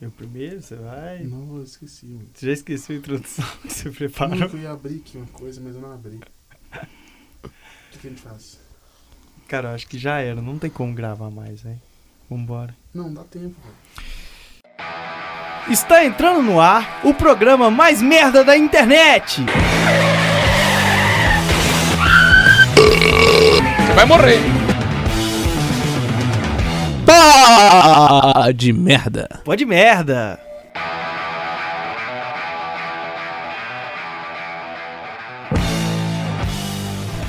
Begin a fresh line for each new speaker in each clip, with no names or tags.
Eu primeiro, você vai.
Não, eu esqueci, mano.
Você já esqueceu a introdução que você
Não,
preparou?
que eu ia abrir aqui uma coisa, mas eu não abri. O que, que a gente faz?
Cara, eu acho que já era. Não tem como gravar mais, velho. Vambora.
Não, dá tempo, velho.
Está entrando no ar o programa mais merda da internet.
Vai morrer. Pá de merda.
Pode merda.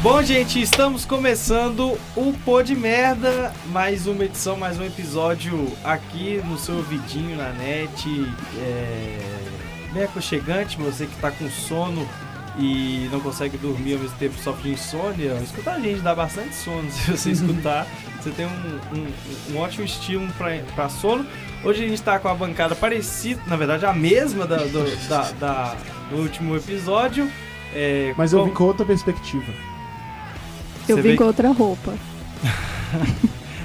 Bom, gente, estamos começando o Pô de Merda, mais uma edição, mais um episódio aqui no seu ouvidinho, na net. É... Bem aconchegante, pra você que tá com sono e não consegue dormir ao mesmo tempo, sofre de insônia. Escuta a gente, dá bastante sono se você escutar. Você tem um, um- um ótimo estímulo para sono. Hoje a gente tá com a bancada parecida, na verdade a mesma da, do, da- da- do último episódio. É,
Mas eu
com-
vim com outra perspectiva.
Você
Eu
vê
vim com outra roupa.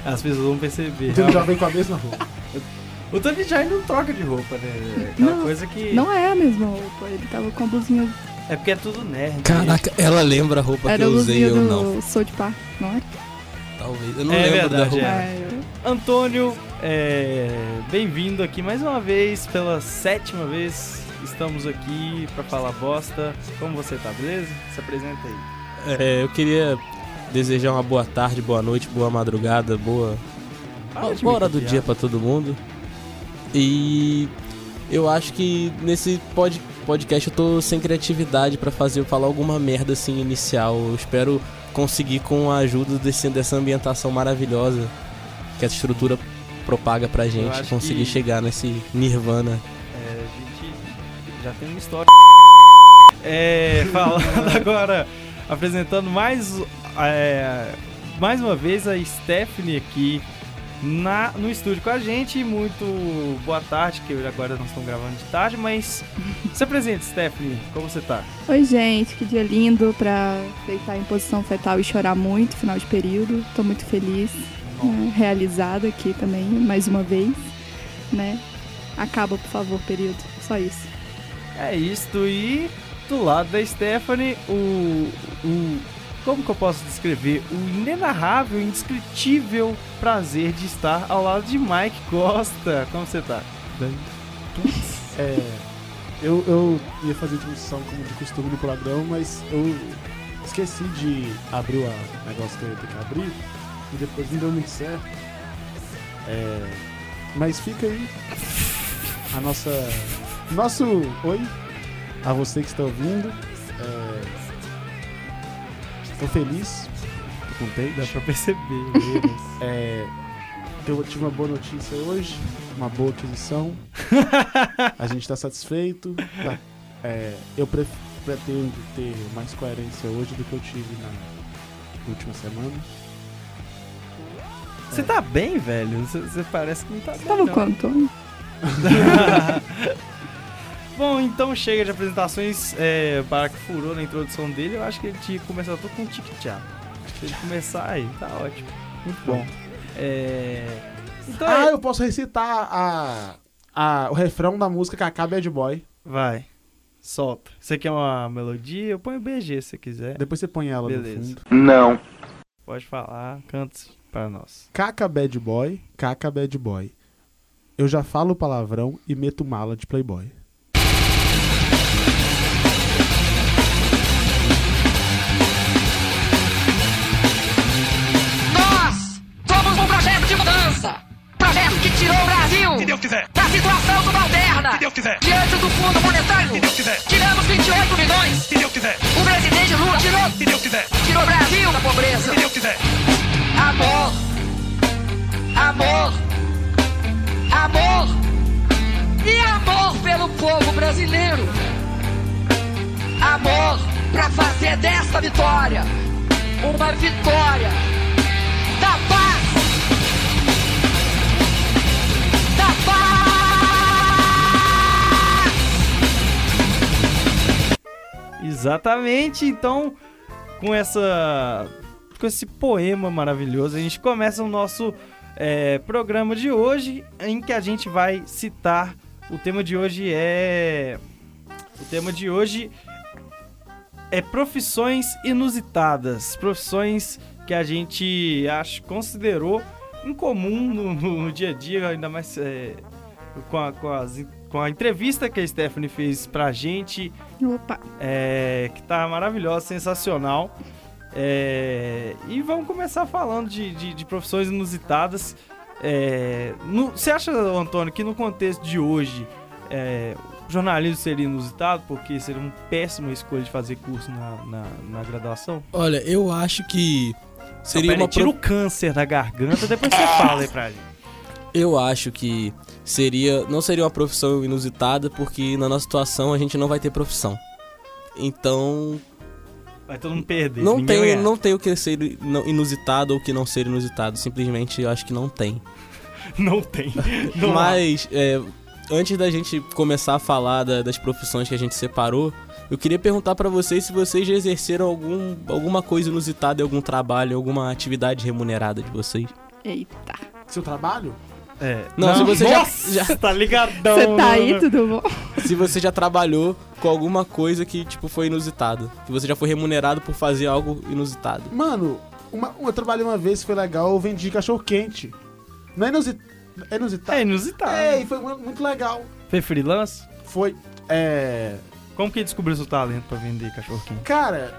As pessoas vão perceber.
Então já vem com a mesma roupa.
O Tony Jai não troca de roupa, né? É aquela
Não,
coisa que.
Não é a mesma roupa, ele tava com a blusinha.
É porque é tudo nerd.
Caraca, ela lembra a roupa
Era
que
a
eu usei
blusinha
eu não.
do South Park, não é?
Talvez. Eu não
É
lembro da
verdade,
roupa.
é.
Ah, eu-
Antônio, é, bem-vindo aqui mais uma vez, pela sétima vez. Estamos aqui pra falar bosta. Como você tá, beleza? Se apresenta aí.
É, eu queria desejar uma boa tarde, boa noite, boa madrugada, boa.
Para de me
boa hora do
copiar.
dia pra todo mundo. E eu acho que nesse pod- podcast eu tô sem criatividade pra fazer eu falar alguma merda assim inicial. Eu espero conseguir com a ajuda desse, dessa ambientação maravilhosa que a estrutura propaga pra gente
acho
conseguir
que-
chegar nesse nirvana.
É, a gente já tem uma história. É, falando agora, apresentando mais, é, mais uma vez a Stephanie aqui na, no estúdio com a gente. Muito boa tarde, que hoje agora nós estamos gravando de tarde, mas se apresente, Stephanie, como você tá?
Oi, gente, que dia lindo pra deitar em posição fetal e chorar muito, final de período. Tô muito feliz, né? realizada aqui também, mais uma vez, né? Acaba, por favor, período. Só isso.
É isto, e do lado da Stephanie, o. o como que eu posso descrever? O inenarrável, indescritível prazer de estar ao lado de Mike Costa. Como você tá?
É, eu, eu ia fazer introdução como de costume no programa, mas eu esqueci de abrir o negócio que eu ia ter que abrir e depois não deu muito certo. É, mas fica aí a nossa. Nosso oi a você que está ouvindo. Estou feliz, tô contente.
Dá pra perceber.
É, eu tive uma boa notícia hoje, uma boa aquisição. A gente está satisfeito. tá? É, eu pre- pretendo ter mais coerência hoje do que eu tive na última semana.
Você tá bem, velho? Você, você parece que não tá bem.
Tava
não.
com o Antônio?
Bom, então chega de apresentações. É, para que furou na introdução dele, eu acho que ele tinha que começar tudo com um tic-tac. Se ele começar aí, tá ótimo. Muito
Bom.
É, Então,
Ah,
é-
eu posso recitar a, a- o refrão da música Cacá Bad Boy.
vai. Solta. Você quer é uma melodia? Eu ponho BG se você quiser.
Depois você põe ela no
Beleza.
fundo.
Não.
Pode falar, canta pra nós.
Caca Bad Boy, Caca Bad Boy. Eu já falo palavrão e meto mala de playboy.
Nós somos um projeto de mudança. Projeto que tirou o Brasil da situação subalterna. Diante do Fundo Monetário, tiramos 28 milhões. O presidente Lula tirou, tirou o Brasil da pobreza. Amor, amor, amor e amor pelo povo brasileiro. Amor para fazer desta vitória uma vitória da paz. Da paz.
Exatamente, então, com essa. Com esse poema maravilhoso, a gente começa o nosso é, programa de hoje, em que a gente vai citar. O tema de hoje é. O tema de hoje é profissões inusitadas. Profissões que a gente acho, considerou incomum no, no- no dia a dia, ainda mais é, com, a, com as- com a entrevista que a Stephanie fez pra gente
Opa,
é, que tá maravilhosa, sensacional. É, e vamos começar falando de, de- de profissões inusitadas. É, no- você acha, Antônio, que no contexto de hoje é, o jornalismo seria inusitado? Porque seria uma péssima escolha de fazer curso na, na, na graduação?
Olha, eu acho que
Não, pera aí,
seria uma
Tira
pro-
o câncer da garganta, depois você fala aí pra gente.
Eu acho que seria. Não seria uma profissão inusitada, porque na nossa situação a gente não vai ter profissão. Então.
Vai todo mundo perder.
Não
ninguém
tem,
ganhar.
não tem o que ser não- inusitado ou o que não ser inusitado. Simplesmente eu acho que não tem.
não tem. Não há.
Mas, é, antes da gente começar a falar da- das profissões que a gente separou, eu queria perguntar pra vocês se vocês já exerceram algum, alguma coisa inusitada em algum trabalho, alguma atividade remunerada de vocês.
eita.
Seu trabalho?
É,
Não, se você já-
Nossa, tá ligadão.
Você tá
no-
aí,
no-
tudo bom?
Se você já trabalhou com alguma coisa que, tipo, foi inusitada. Que você já foi remunerado por fazer algo inusitado.
Mano, uma, eu trabalhei uma vez, foi legal, eu vendi cachorro quente. Não é inusitado.
É
É inusitado.
inusitado.
É, e foi mu- muito legal.
Foi freelance?
Foi. É.
Como que ele descobriu seu talento pra vender cachorro quente?
Cara,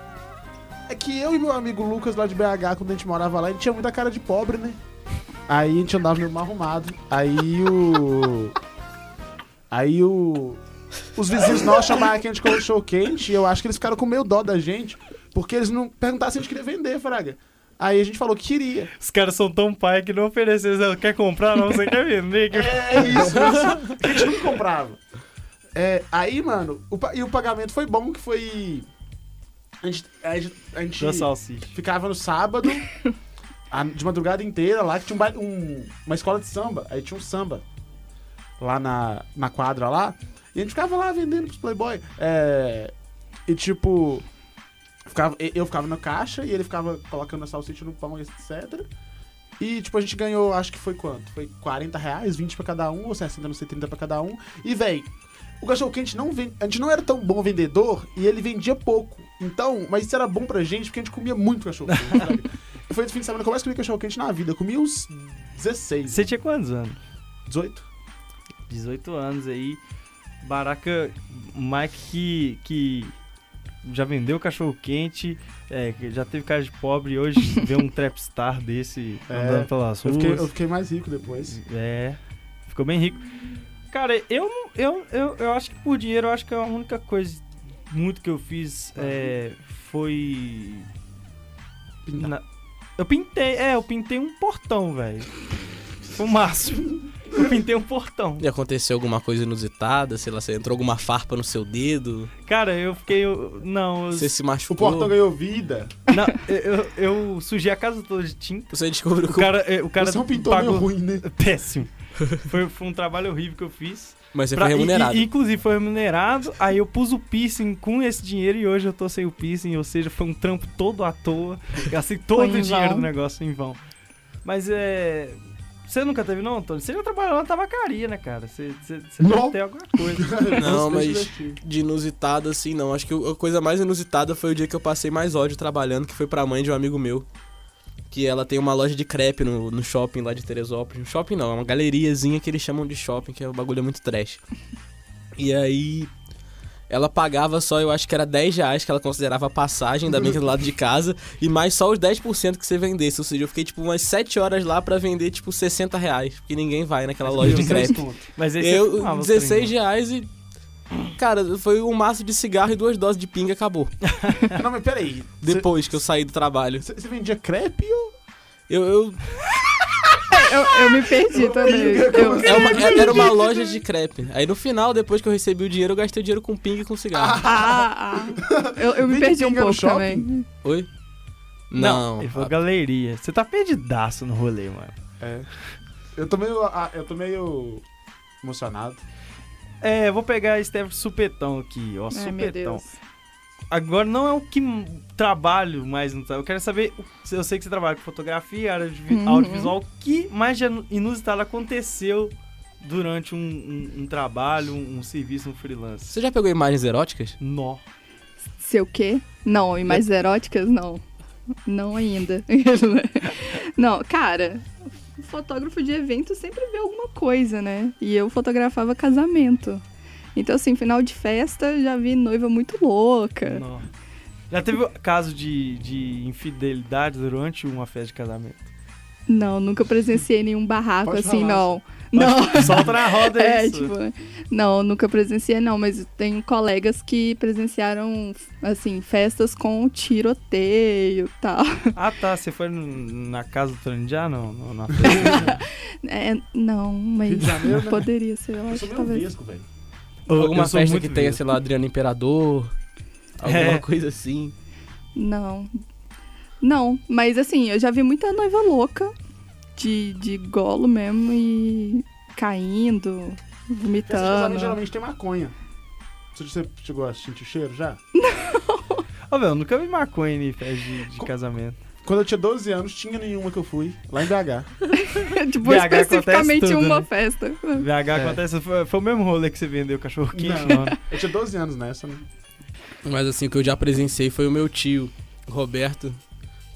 é que eu e meu amigo Lucas lá de BH, quando a gente morava lá, a gente tinha muita cara de pobre, né? Aí a gente andava meio mal arrumado. Aí o. Aí o. Os vizinhos nossos chamaram a gente como show quente e eu acho que eles ficaram com meio dó da gente, porque eles não perguntaram se a gente queria vender, Fraga. Aí a gente falou que queria.
Os caras são tão pai que não ofereceram. Quer comprar? Não, você quer vender?
É isso, isso. A gente não comprava. É, aí, mano, o pa- e o pagamento foi bom, que foi. A gente. A gente, a gente
Da salsicha.
ficava no sábado, a- de madrugada inteira, lá que tinha um ba- um- uma escola de samba. Aí tinha um samba lá na, na quadra lá. E a gente ficava lá vendendo pros Playboy. É, e tipo, ficava, e- eu ficava na caixa e ele ficava colocando a salsicha no pão, etc. E, tipo, a gente ganhou, acho que foi quanto? Foi 40 reais, 20 pra cada um, ou 60, não sei, 30 pra cada um. E, véi, o cachorro quente não vende. A gente não era tão bom vendedor e ele vendia pouco. Então, mas isso era bom pra gente porque a gente comia muito cachorro quente. sabe? foi esse fim de semana que eu mais comi cachorro quente na vida. Eu comi uns 16,
Você tinha quantos anos?
18.
18 anos aí. Baraca, o Mike que, que já vendeu cachorro quente, é, que já teve cara de pobre e hoje vê um trapstar desse
É,
andando pelas
Eu
ruas.
fiquei, eu fiquei mais rico depois.
É, ficou bem rico. Cara, eu não. Eu, eu, eu acho que por dinheiro, eu acho que a única coisa muito que eu fiz é, foi.
Pintar.
na- eu pintei, é, eu pintei um portão, velho. Foi o máximo. Eu pintei um portão.
E aconteceu alguma coisa inusitada, sei lá, você entrou alguma farpa no seu dedo,
Cara, eu fiquei. eu- não, eu,
você se
O
machucou.
portão ganhou vida.
não, eu, eu, eu sujei a casa toda de tinta.
Você descobriu
O
que. o-
cara, é, o cara
Você é um pintor meio ruim, né?
Péssimo. Foi, foi um trabalho horrível que eu fiz.
Mas você
Pra-
foi remunerado.
e- e- inclusive, foi remunerado. Aí eu pus o piercing com esse dinheiro e hoje eu tô sem o piercing. Ou seja, foi um trampo todo à toa. Gastei todo
Foi
o
em
dinheiro
vão.
do negócio em vão. Mas é. Você nunca teve, não, Antônio? Você já trabalhou na tabacaria, né, cara? Você, você, você
Não.
deve ter alguma coisa.
Você
Não,
se
mas-
divertiu.
De inusitada, assim, não. Acho que a coisa mais inusitada foi o dia que eu passei mais ódio trabalhando, que foi pra mãe de um amigo meu. Que ela tem uma loja de crepe no, no shopping lá de Teresópolis. Um shopping não, é uma galeriazinha que eles chamam de shopping, que é o bagulho é muito trash. E aí. Ela pagava só, eu acho que era 10 reais que ela considerava a passagem, ainda bem que é do lado de casa, e mais só os 10% que você vendesse. Ou seja, eu fiquei tipo umas 7 horas lá pra vender tipo 60 reais, porque ninguém vai naquela loja de crepe.
Mas aí você
Eu,
fumava os
16
trem,
reais e. Cara, foi um maço de cigarro e duas doses de pinga acabou.
Não, mas peraí. Você-
Depois que eu saí do trabalho.
Você você vendia crepe ou.
Eu. eu-
Eu, eu me perdi também. Eu,
assim.
é uma- é- era uma loja de crepe. Aí no final, depois que eu recebi o dinheiro, eu gastei o dinheiro com pinga e com cigarro.
ah, ah. Eu, eu me
Vende
perdi um
pinga no
pouco
shopping?
também.
Oi?
Não,
Não.
ele falou galeria. Você tá perdidaço no rolê, mano.
É. Eu tô meio. ah, Eu tô meio. emocionado.
É, eu vou pegar a Steph Supetão aqui, ó.
Ai, meu
supetão.
Deus.
Agora não é o que m- trabalho mais no Eu quero saber. se- Eu sei que você trabalha com fotografia, área de vi-
Uhum.
audiovisual. O que mais de anu- inusitado aconteceu durante um, um- um trabalho, um, um serviço, um freelance?
Você já pegou imagens eróticas?
Nó.
Sei o quê? Não, e mais eróticas, não. Não ainda. não, cara, o fotógrafo de evento sempre vê alguma coisa, né? E eu fotografava casamento. Então, assim, final de festa, já vi noiva muito louca.
Nó. Já teve caso de, de infidelidade durante uma festa de casamento?
Não, nunca presenciei nenhum barraco
Pode
assim,
falar.
não. Não.
Solta na roda
É,
isso.
tipo, não, nunca presenciei, não, mas tenho colegas que presenciaram, assim, festas com tiroteio e tal.
Ah tá, você foi no- na casa do Trandiá? Ah, Não, não, na festa.
É, não,
Rio
mas
de Janeiro, né?
poderia ser, eu
Eu
acho
sou
que
meio
talvez.
vesgo, velho.
Tá, Eu-
Alguma
eu sou
festa
muito
que tenha,
vesgo.
sei lá, Adriano Imperador? Alguma
É.
coisa assim.
Não. Não, mas assim, eu já vi muita noiva louca de, de golo mesmo e caindo,
Essas
tá.
casamentos
vomitando.
geralmente tem maconha. Você chegou a sentir o cheiro já?
Ô, velho, eu nunca vi maconha em festa de, de casamento.
Quando eu tinha 12 anos, tinha nenhuma que eu fui, lá em BH.
tipo,
BH acontece
especificamente
tudo,
uma
né?
festa.
VH acontece, foi, foi o mesmo rolê que você vendeu o cachorro quente,
Não.
mano.
Eu tinha 12 anos nessa, né?
Mas assim, o que eu já presenciei foi o meu tio, Roberto,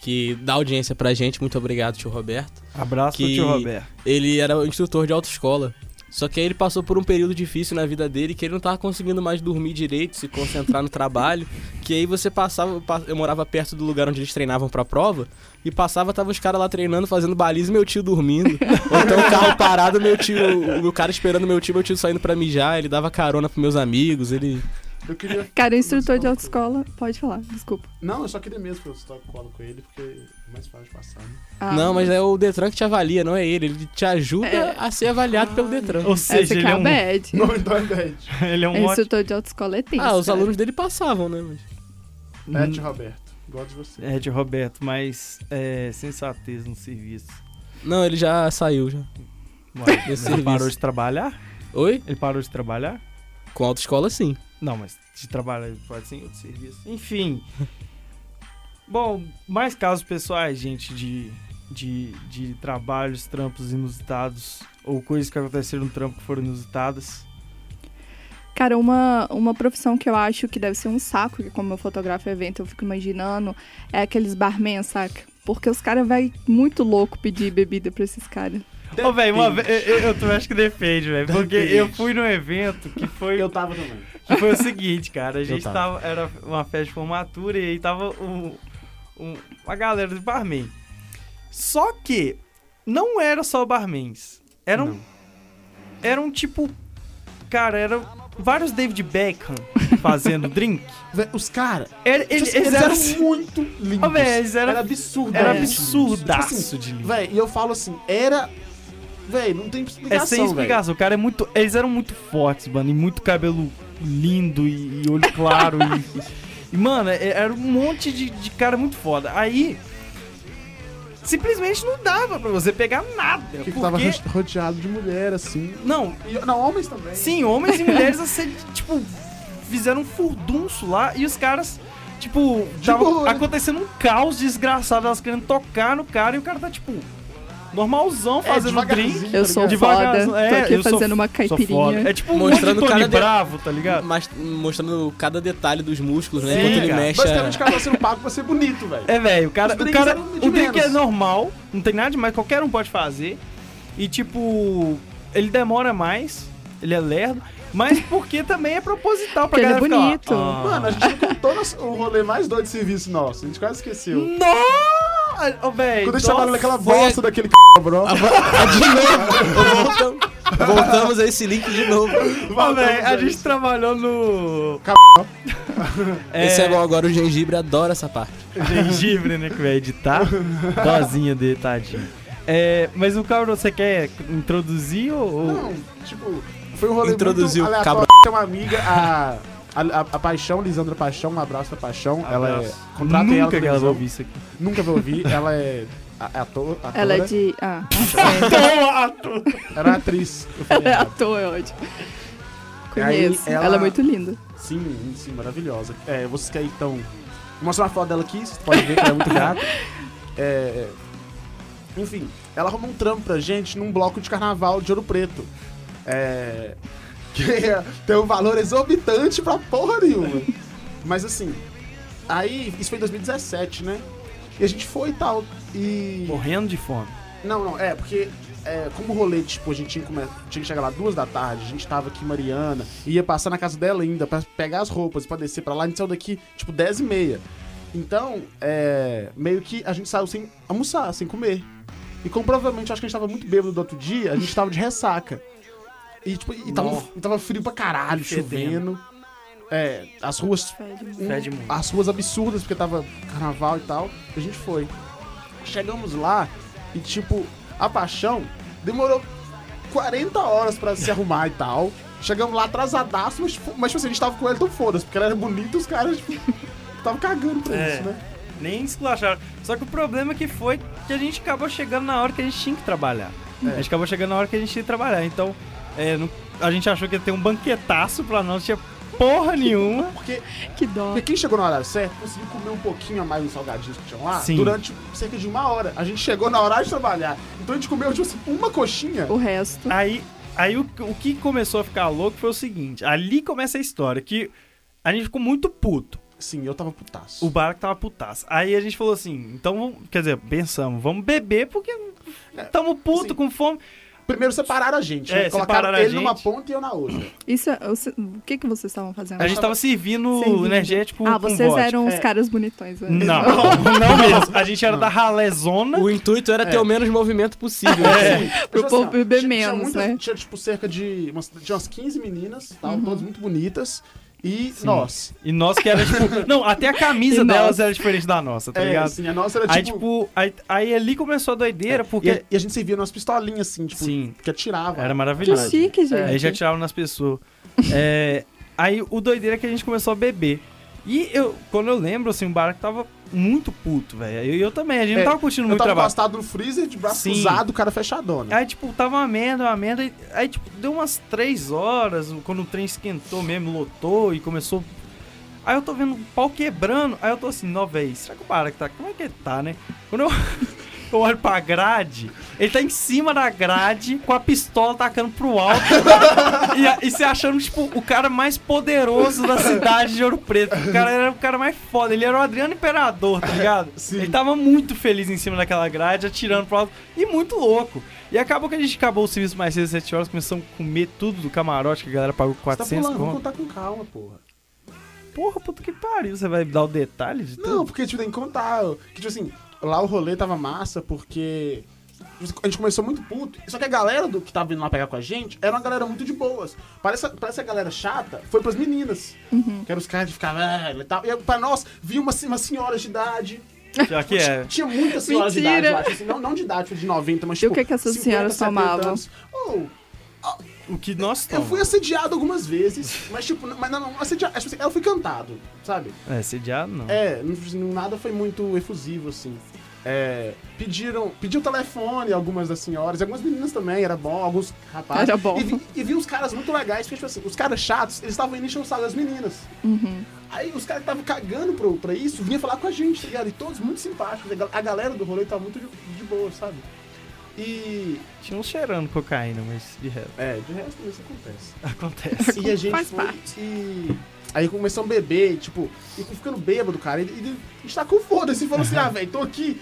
que dá audiência pra gente. Muito obrigado, tio Roberto.
Abraço
Que-
pro tio Roberto.
Ele era o instrutor de autoescola. Só que aí ele passou por um período difícil na vida dele que ele não tava conseguindo mais dormir direito, se concentrar no trabalho. Que aí você passava, pa- eu morava perto do lugar onde eles treinavam pra prova, e passava, tava os caras lá treinando, fazendo baliza e meu tio dormindo. Ou então o carro parado, meu tio, o o cara esperando meu tio, meu tio saindo pra mijar, ele dava carona pros meus amigos, ele.
Eu queria.
Cara, o instrutor de autoescola, pode falar, desculpa.
Não, eu só queria mesmo que eu só colo com ele, porque é mais fácil de passar, né?
Ah,
Não, mas é o Detran que te avalia, não é ele. Ele te ajuda
É.
a ser avaliado pelo Detran.
Ou
Essa
seja,
que
ele
é
é,
a
um,
bad.
Não, então é bad.
ele é
É
um ótimo.
instrutor de autoescola é tenso.
Ah, os
cara.
alunos dele passavam, né? Mas...
é,
Pet Roberto, gosto de você.
É, tio Roberto, mas é, sensatez no serviço.
Não, ele já saiu já.
Uai,
Esse
ele
serviço.
parou de trabalhar?
Oi?
Ele parou de trabalhar?
Com autoescola, sim.
Não, mas de trabalho pode ser em outro serviço. Enfim. Bom, mais casos pessoais, gente, de, de, de trabalhos, trampos inusitados, ou coisas que aconteceram no trampo que foram inusitadas.
Cara, uma, uma profissão que eu acho que deve ser um saco, que como eu fotografo evento, eu fico imaginando, é aqueles barman, saca? Porque os caras vai muito louco pedir bebida pra esses caras.
Ô, velho, uma vez.
Depende.
Eu, eu também acho que defende, velho. Porque
Depende.
eu fui num evento que foi,
Eu tava também.
que foi o seguinte, cara. A gente
tava.
tava. Era uma festa de formatura e aí tava um, um, uma galera de barman. Só que não era só barmans. Eram.
Não.
Eram tipo. Cara, eram vários David Beckham fazendo drink.
Vé, Os caras,
Era- ele-
eles,
eles
eram um
eram-
muito lindos.
Ô, véi, eles eram-
era absurdo.
Era
né?
absurdaço de lindo.
Véi, e eu falo assim, era. Véi, não tem
É
explicação.
sem
véi.
explicação. O cara é muito. Eles eram muito fortes, mano. E muito cabelo lindo e, e olho claro. e, e, mano, é- era um monte de, de cara muito foda. Aí. Simplesmente não dava pra você pegar nada.
Que
porque.
tava ro- rodeado de mulher, assim.
Não,
E, não, homens também.
sim, homens e mulheres, assim, tipo, fizeram um furdunço lá e os caras. Tipo, tava
Tipo-
acontecendo um caos desgraçado, elas querendo tocar no cara e o cara tá, tipo, normalzão fazendo drink.
É, devagarzinho,
Eu
tá
sou
ligado?
Devagarzinho,
foda,
é,
tô aqui
eu sou-
fazendo uma
Sou foda.
caipirinha.
É tipo um
Mostrando
monte de
o cara
Tony
de-
bravo, tá ligado?
Mas mostrando cada detalhe dos músculos, né?
Sim,
Enquanto ele
cara.
mexe.
Basicamente, o
a-
cara tá sendo pago pra ser bonito, velho.
É, velho, o cara.
Os
O,
drinks
cara,
eram de
o drink
menos.
é normal, não tem nada demais, qualquer um pode fazer. E tipo, ele demora mais, ele é lerdo, mas porque também é proposital pra
Porque ele é
galera ficar lá,
bonito.
"Ah".
Mano, a gente não contou nosso- o rolê mais doido de serviço nosso. A gente quase esqueceu.
Nossa! Ô, velho.
Quando a gente tava
Hum, nossa.
naquela
foi
bosta daquele c... bro.
a- a- de novo! é. Voltam- Voltamos a esse link de novo.
Ô, velho, a gente trabalhou no.
Esse é bom agora, o gengibre adora essa parte.
gengibre, né? Que vai editar. Dozinha dele, tadinho. É, mas o Cabro, você quer introduzir ou. ou-
Não, tipo, foi um rolê
Introduziu
muito
o
aleatório.
cabra.
Tem uma amiga, a, a, a Paixão, Lisandra Paixão, um abraço pra Paixão. Ela
Abraço.
é... Contratem
Nunca que
ela na
ela vai
televisão.
ouvir isso aqui.
Nunca vou ouvir. Ela é a- ator, atora.
Ela é
né?
de. Ah,
Então, ato-
Era atriz. Eu falei
ela é
errado.
ator, é ótimo. Conheço.
Aí ela-
Ela... é muito linda.
Sim, sim, maravilhosa. É, vocês querem então. Vou mostrar uma foto dela aqui, vocês podem ver que ela é muito gata. É, Enfim, ela arrumou um trampo pra gente num bloco de carnaval de ouro preto. É. Que é- tem um valor exorbitante pra porra nenhuma. Mas assim, aí. Isso foi em 2017, né? E a gente foi e tal. E.
Morrendo de fome.
Não, não, é, porque é, como o rolê, tipo, a gente tinha que, come- tinha que chegar lá duas da tarde, a gente tava aqui em Mariana, ia passar na casa dela ainda pra pegar as roupas e pra descer pra lá, a gente saiu daqui, tipo, 10 e meia. Então, é, meio que a gente saiu sem almoçar, sem comer. E como provavelmente acho que a gente tava muito bêbado do outro dia, a gente tava de ressaca. E, tipo, e tava,
Nó.
e tava frio pra caralho,
Fedendo.
chovendo. É, as ruas um-
Fede muito.
As ruas absurdas, porque tava carnaval e tal. A gente foi. Chegamos lá e, tipo, a paixão demorou 40 horas pra se arrumar e tal. Chegamos lá atrasadaço, mas, tipo, mas tipo assim, a gente tava com ele tão foda-se, porque ela era bonita e os caras, tipo, tava cagando pra
É.
isso, né?
Nem esculacharam. Só que o problema que foi que a gente acabou chegando na hora que a gente tinha que trabalhar. A gente acabou chegando na hora que a gente tinha que trabalhar. Então, é, não- a gente achou que ia ter um banquetaço pra nós, tinha porra nenhuma.
Porque,
Que dó.
porque quem chegou no horário certo conseguiu comer um pouquinho a mais nos salgadinhos que tinham lá
Sim.
durante cerca de uma hora. A gente chegou na hora de trabalhar. Então a gente comeu, tipo assim, uma coxinha.
O resto.
Aí, aí o, o que começou a ficar louco foi o seguinte: ali começa a história, que a gente ficou muito puto.
Sim, eu tava putaço.
O bar que tava putaço. Aí a gente falou assim: então, vamos- quer dizer, pensamos, vamos beber porque tamo puto,
Sim.
com fome.
Primeiro separaram a gente,
É,
né? Colocaram
separaram a
ele numa
gente.
ponta e eu na outra.
Isso, é- o, o que, que vocês estavam fazendo?
A gente tava servindo
Servindo.
energético.
ah,
com
vocês
vodka.
eram os
É.
caras bonitões, né?
Não, não mesmo. A gente era da ralezona.
O intuito era ter o menos movimento possível. né?
É.
Pro povo beber
tinha,
menos,
tinha
né? Uhum.
Tinha, tipo, cerca de umas, tinha umas 15 meninas, estavam todas muito bonitas. E nós.
E nós que era tipo. Não, até a camisa
E nós.
delas era diferente da nossa, tá
É,
ligado?
assim, a nossa era, tipo... é,
Aí, tipo, aí, aí ali começou a doideira, porque.
e, a, e a gente servia nossas pistolinhas, assim, tipo,
Sim.
que atirava.
Era
Que
maravilhoso.
chique, gente.
Aí já tiravam nas pessoas. É, aí o doideira é que a gente começou a beber. E eu, quando eu lembro, assim, o Barack tava muito puto, velho. E eu, também, a gente
É,
não tava curtindo
Eu
muito o
tava
trabalho.
encostado no freezer, de braço
Sim.
cruzado, o cara fechadona. tá
Aí, tipo, tava uma merda, uma merda. e- Aí, tipo, deu umas três horas, quando o trem esquentou mesmo, lotou e começou. Aí eu tô vendo o pau quebrando. Aí eu tô assim, não, véi, será que o Barack tá. Como é que ele tá, né? Quando eu, eu olho pra grade, ele tá em cima da grade com a pistola tacando pro alto. e, a- e se achando, tipo, o cara mais poderoso da cidade de Ouro Preto. O cara era o cara mais foda. Ele era o Adriano Imperador, tá ligado?
Sim.
Ele tava muito feliz em cima daquela grade, atirando pro alto. E muito louco. E acabou que a gente acabou o serviço mais cedo, 7 horas, começamos a comer tudo do camarote, que a galera pagou
Você tá
400
pulando, vamos
conto.
contar com calma, porra.
Porra, puta que pariu, você vai dar o detalhe de tudo?
Não, porque, tipo, tem que contar. Que, tipo assim, lá o rolê tava massa porque tipo assim, a gente começou muito puto. Só que a galera do que tava indo lá pegar com a gente era uma galera muito de boas. Parece, parece a galera chata foi pras meninas.
Uhum.
Que eram os caras de ficar velho e tal. E pra nós, vi uma, se- uma senhora de idade.
Já que é.
Tinha muita senhora de
Mentira.
idade lá. Tipo assim, não, não de idade, tipo, de 90, mas
E
tipo.
o que que essas
50,
senhoras
70
tomavam?
anos. Oh,
O que nós
eu
tomamos.
fui assediado algumas vezes, mas tipo, não- mas não, não assediado. Tipo assim, eu fui cantado, sabe?
É, sediado não.
É, não- nada foi muito efusivo, assim. É, pediram, pediu telefone algumas das senhoras, e algumas meninas também, era bom, alguns rapazes.
Era bom.
E, vi- e vi uns caras muito legais, porque, tipo assim, os caras chatos, eles estavam indo encher o saco das meninas.
Uhum.
Aí os caras que estavam cagando pro, pra isso, vinha falar com a gente, tá ligado? E todos muito simpáticos, a gal- a galera do rolê tava muito de, de boa, sabe? E...
Tinha um cheirando cocaína, mas de resto.
É, de resto isso acontece.
Acontece.
E a gente
Faz
foi e... Aí começou a beber, tipo, e ficando bêbado, cara. E, e a gente tá com foda-se, falou assim, ah, velho, tô aqui.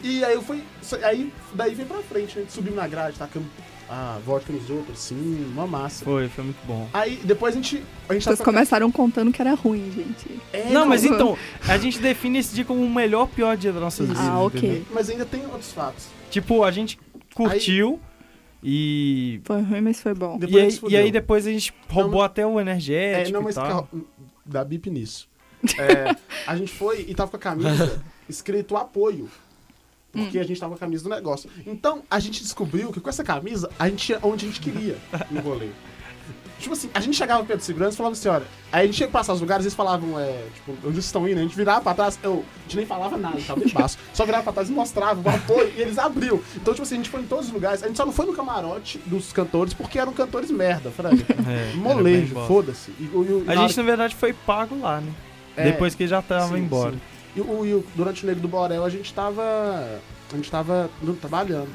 E aí eu fui. Aí daí vem pra frente, né? Subimos na grade, tacando a vodka nos outros, sim, uma massa.
Foi, foi muito bom.
Aí depois a gente. A gente
Vocês
tava-
começaram contando que era ruim, gente.
É,
não, mas
não.
então, a gente define esse dia como o melhor pior dia da nossa vida.
Ah, ok.
Mas ainda tem outros fatos.
Tipo, a gente curtiu e.
Foi ruim, mas foi bom.
Depois
E
a
aí,
gente
e aí
fudeu.
depois a gente roubou até o energético.
É, não,
e
mas
tal.
calma, dá bip nisso. É, a gente foi e tava com a camisa escrito apoio.
Hum.
Porque a gente tava com a camisa do negócio. Então, a gente descobriu que com essa camisa a gente ia onde a gente queria no rolê. Tipo assim, a gente chegava perto de segurança e falava assim, olha. Aí a gente ia passar os lugares, eles falavam, é, tipo, onde vocês estão indo? A gente virava pra trás, eu, a gente nem falava nada, tava debaixo. Só virava pra trás e mostrava o apoio, e eles abriam. Então, tipo assim, a gente foi em todos os lugares. A gente só não foi no camarote dos cantores porque eram cantores merda, Frank.
É, era bem
Molejo,
bosta.
foda-se. E, o- e o-
A
na hora-
gente, na verdade, foi pago lá, né?
É,
Depois que já tava
sim,
embora.
sim. E, o, e o- durante o Nego do Borel a gente tava. A gente tava não, trabalhando.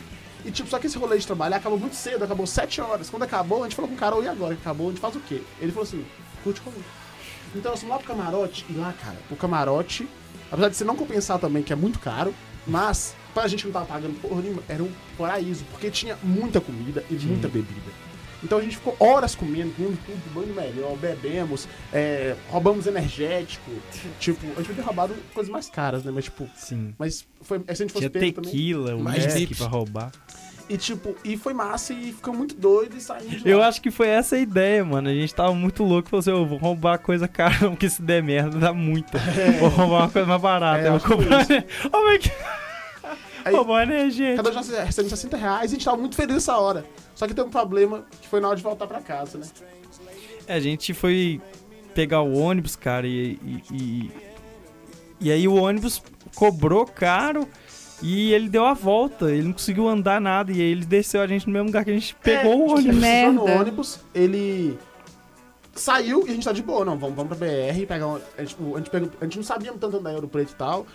E tipo, só que esse rolê de trabalhar acabou muito cedo, acabou 7 horas. Quando acabou, a gente falou com o cara, e agora? que Acabou, a gente faz o quê? Ele falou assim, curte comigo. Então nós fomos lá pro camarote, e lá, cara, o camarote, apesar de você não compensar também, que é muito caro, mas pra gente que não tava pagando porra nenhuma, era um paraíso, porque tinha muita comida e muita bebida. Então a gente ficou horas comendo, comendo tudo, banho melhor, bebemos, é, roubamos energético. Tipo, a gente podia ter roubado coisas mais caras, né? Mas, tipo,
Sim.
mas foi, se a gente
Tinha
fosse pego também.
tequila, o
Mais
whisky
dips.
pra roubar.
E, tipo, e foi massa e ficou muito doido e saímos. de
Eu
lá.
acho que foi essa a ideia, mano. A gente tava muito louco. Falou assim, eu vou roubar coisa cara, não, porque se der merda, dá muita. Vou roubar uma coisa mais barata.
É,
eu
acho que
vou
foi
comprar... Ô, mas que...
Aí-
Roubar energia.
Cada um já recebendo 60 reais e a gente tava muito feliz nessa hora. Só que tem um problema que foi na hora de voltar pra casa, né?
É, A gente foi pegar o ônibus, cara, e. E, e- e aí o ônibus cobrou caro e ele deu a volta. Ele não conseguiu andar nada. E aí ele desceu a gente no mesmo lugar que a gente pegou o
É, A gente
ônibus.
precisou no
merda.
ônibus, ele saiu e a gente tá de boa, não, vamos, vamos pra BR, pegar um, a, gente, a, gente pegou- a gente não sabia tanto da Euro Preto e tal,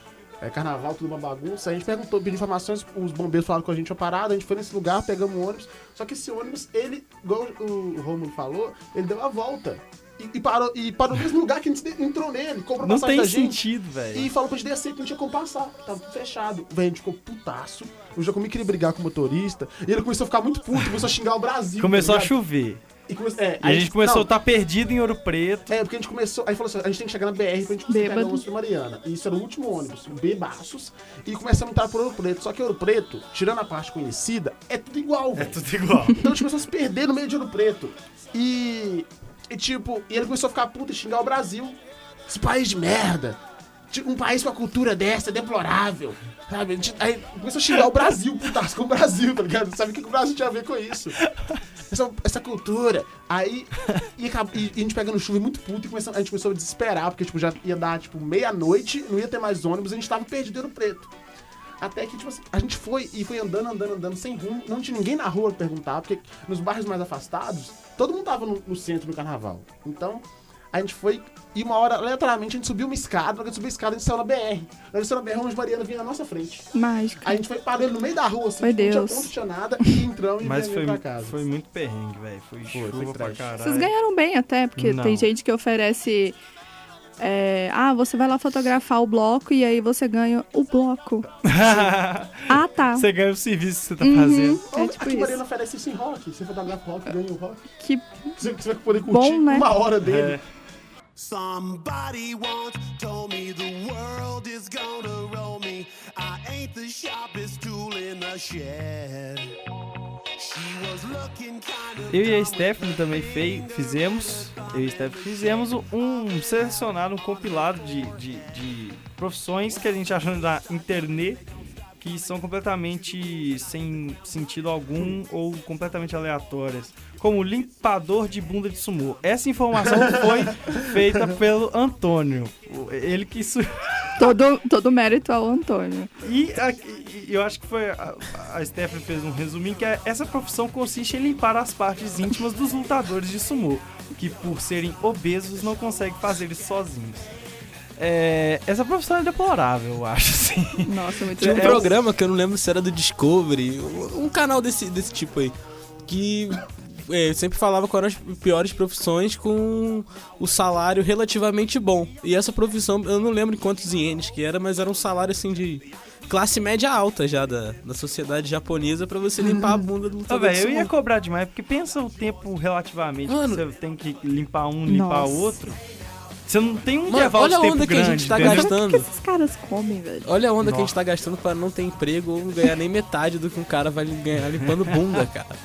é, carnaval, tudo uma bagunça, a gente perguntou, pediu informações, os bombeiros falaram com a gente uma parada, a gente foi nesse lugar, pegamos um ônibus, só que esse ônibus, ele, igual o Romulo falou, ele deu a volta. E, e parou, e parou no mesmo lugar que a gente entrou nele, comprou
Não tem
passagem da gente.
sentido, velho.
E falou pra gente descer, que não tinha como passar. que Tava tudo fechado. Véi, a gente ficou putaço. Eu já comi queria brigar com o motorista. E ele começou a ficar muito puto, começou a xingar o Brasil.
Começou a
tá ligado?
chover.
E come- é, e
A gente começou a
não,
estar perdido em Ouro Preto.
É, porque a gente começou. Aí falou assim: a gente tem que chegar na BR pra gente conseguir pegar o
Bêbado.
ônibus pra Mariana. E isso era o último ônibus, bebaços. E começamos a entrar por Ouro Preto. Só que Ouro Preto, tirando a parte conhecida, é tudo igual, velho.
Tudo igual.
Então a gente começou a se perder no meio de Ouro Preto. E. E tipo, e ele começou a ficar puto e xingar o Brasil. Esse país de merda. Tipo, Um país com a cultura dessa é deplorável. Sabe? A gente- Aí começou a xingar o Brasil, putaço com o Brasil, tá ligado? Sabe o que que o Brasil tinha a ver com isso? Essa, essa cultura. Aí. E, acab- e- e a gente pegando chuva e muito puto e começando- a gente começou a desesperar, porque tipo, já ia dar tipo meia-noite, não ia ter mais ônibus, a gente tava perdido em Ouro Preto. Até que, tipo assim, a gente foi e foi andando, andando, andando, sem rumo. Não tinha ninguém na rua pra perguntar, porque nos bairros mais afastados, todo mundo tava no, no centro do carnaval. Então, a gente foi e uma hora, aleatoriamente, a gente subiu uma escada. Na hora que a gente subiu a escada, a gente saiu na BR. Na hora que a gente saiu na BR, uma Mariana vinha na nossa frente.
Mágica.
Aí a gente foi parando no meio da rua, assim,
Foi
não tinha
Deus.
ponto, não tinha nada, e entramos e
Mas
viemos
foi,
pra casa.
foi muito perrengue, velho. Foi chuva
foi
pra
trash.
caralho.
Vocês ganharam bem até, porque
Não.
tem gente que oferece. é, ah, você vai lá fotografar o bloco e aí você ganha o bloco. Ah, tá.
Você ganha o serviço que você tá
Uhum.
fazendo.
Ó,
É tipo
aqui
isso.
Mariana oferece isso em rock. Você fotografa rock, ganha o rock.
Que
Você, você vai poder
Bom,
curtir
né?
uma hora dele.
É.
Somebody once told me the world is gonna roll me. I ain't the sharpest tool in the shed. She was looking kind of
Eu e a Stephanie também fei, fizemos, eu e a Stephanie fizemos um selecionado, um compilado de, de, de profissões que a gente achou na internet que são completamente sem sentido algum ou completamente aleatórias. Como limpador de bunda de sumô. Essa informação foi feita pelo Antônio. O- Ele que su-
todo, todo mérito ao Antônio.
E, a- e- e eu acho que foi. A, a Stephanie fez um resuminho que é, essa profissão consiste em limpar as partes íntimas dos lutadores de sumô, que por serem obesos não conseguem fazer isso sozinhos. É, essa profissão é deplorável, eu acho, assim.
Nossa, muito
Tinha um
bom.
programa que eu não lembro se era do Discovery, um um canal desse, desse tipo aí, que é, sempre falava quais eram as piores profissões com o salário relativamente bom. E essa profissão, eu não lembro em quantos ienes que era, mas era um salário assim de classe média alta já da, da sociedade japonesa pra você limpar a bunda do
Ah,
lutador. de
velho, eu ia
sumo.
cobrar demais, porque pensa o tempo relativamente
Mano.
que você tem que limpar um, limpar
Nossa.
outro. Você não tem um
Mano,
intervalo
olha
de
a
tempo
onda que a
grande.
gente tá
dentro-
gastando.
Por que esses caras comem, velho?
Olha a onda que a gente tá gastando pra não ter emprego ou não ganhar nem metade do que um cara vai ganhar limpando bunda, cara.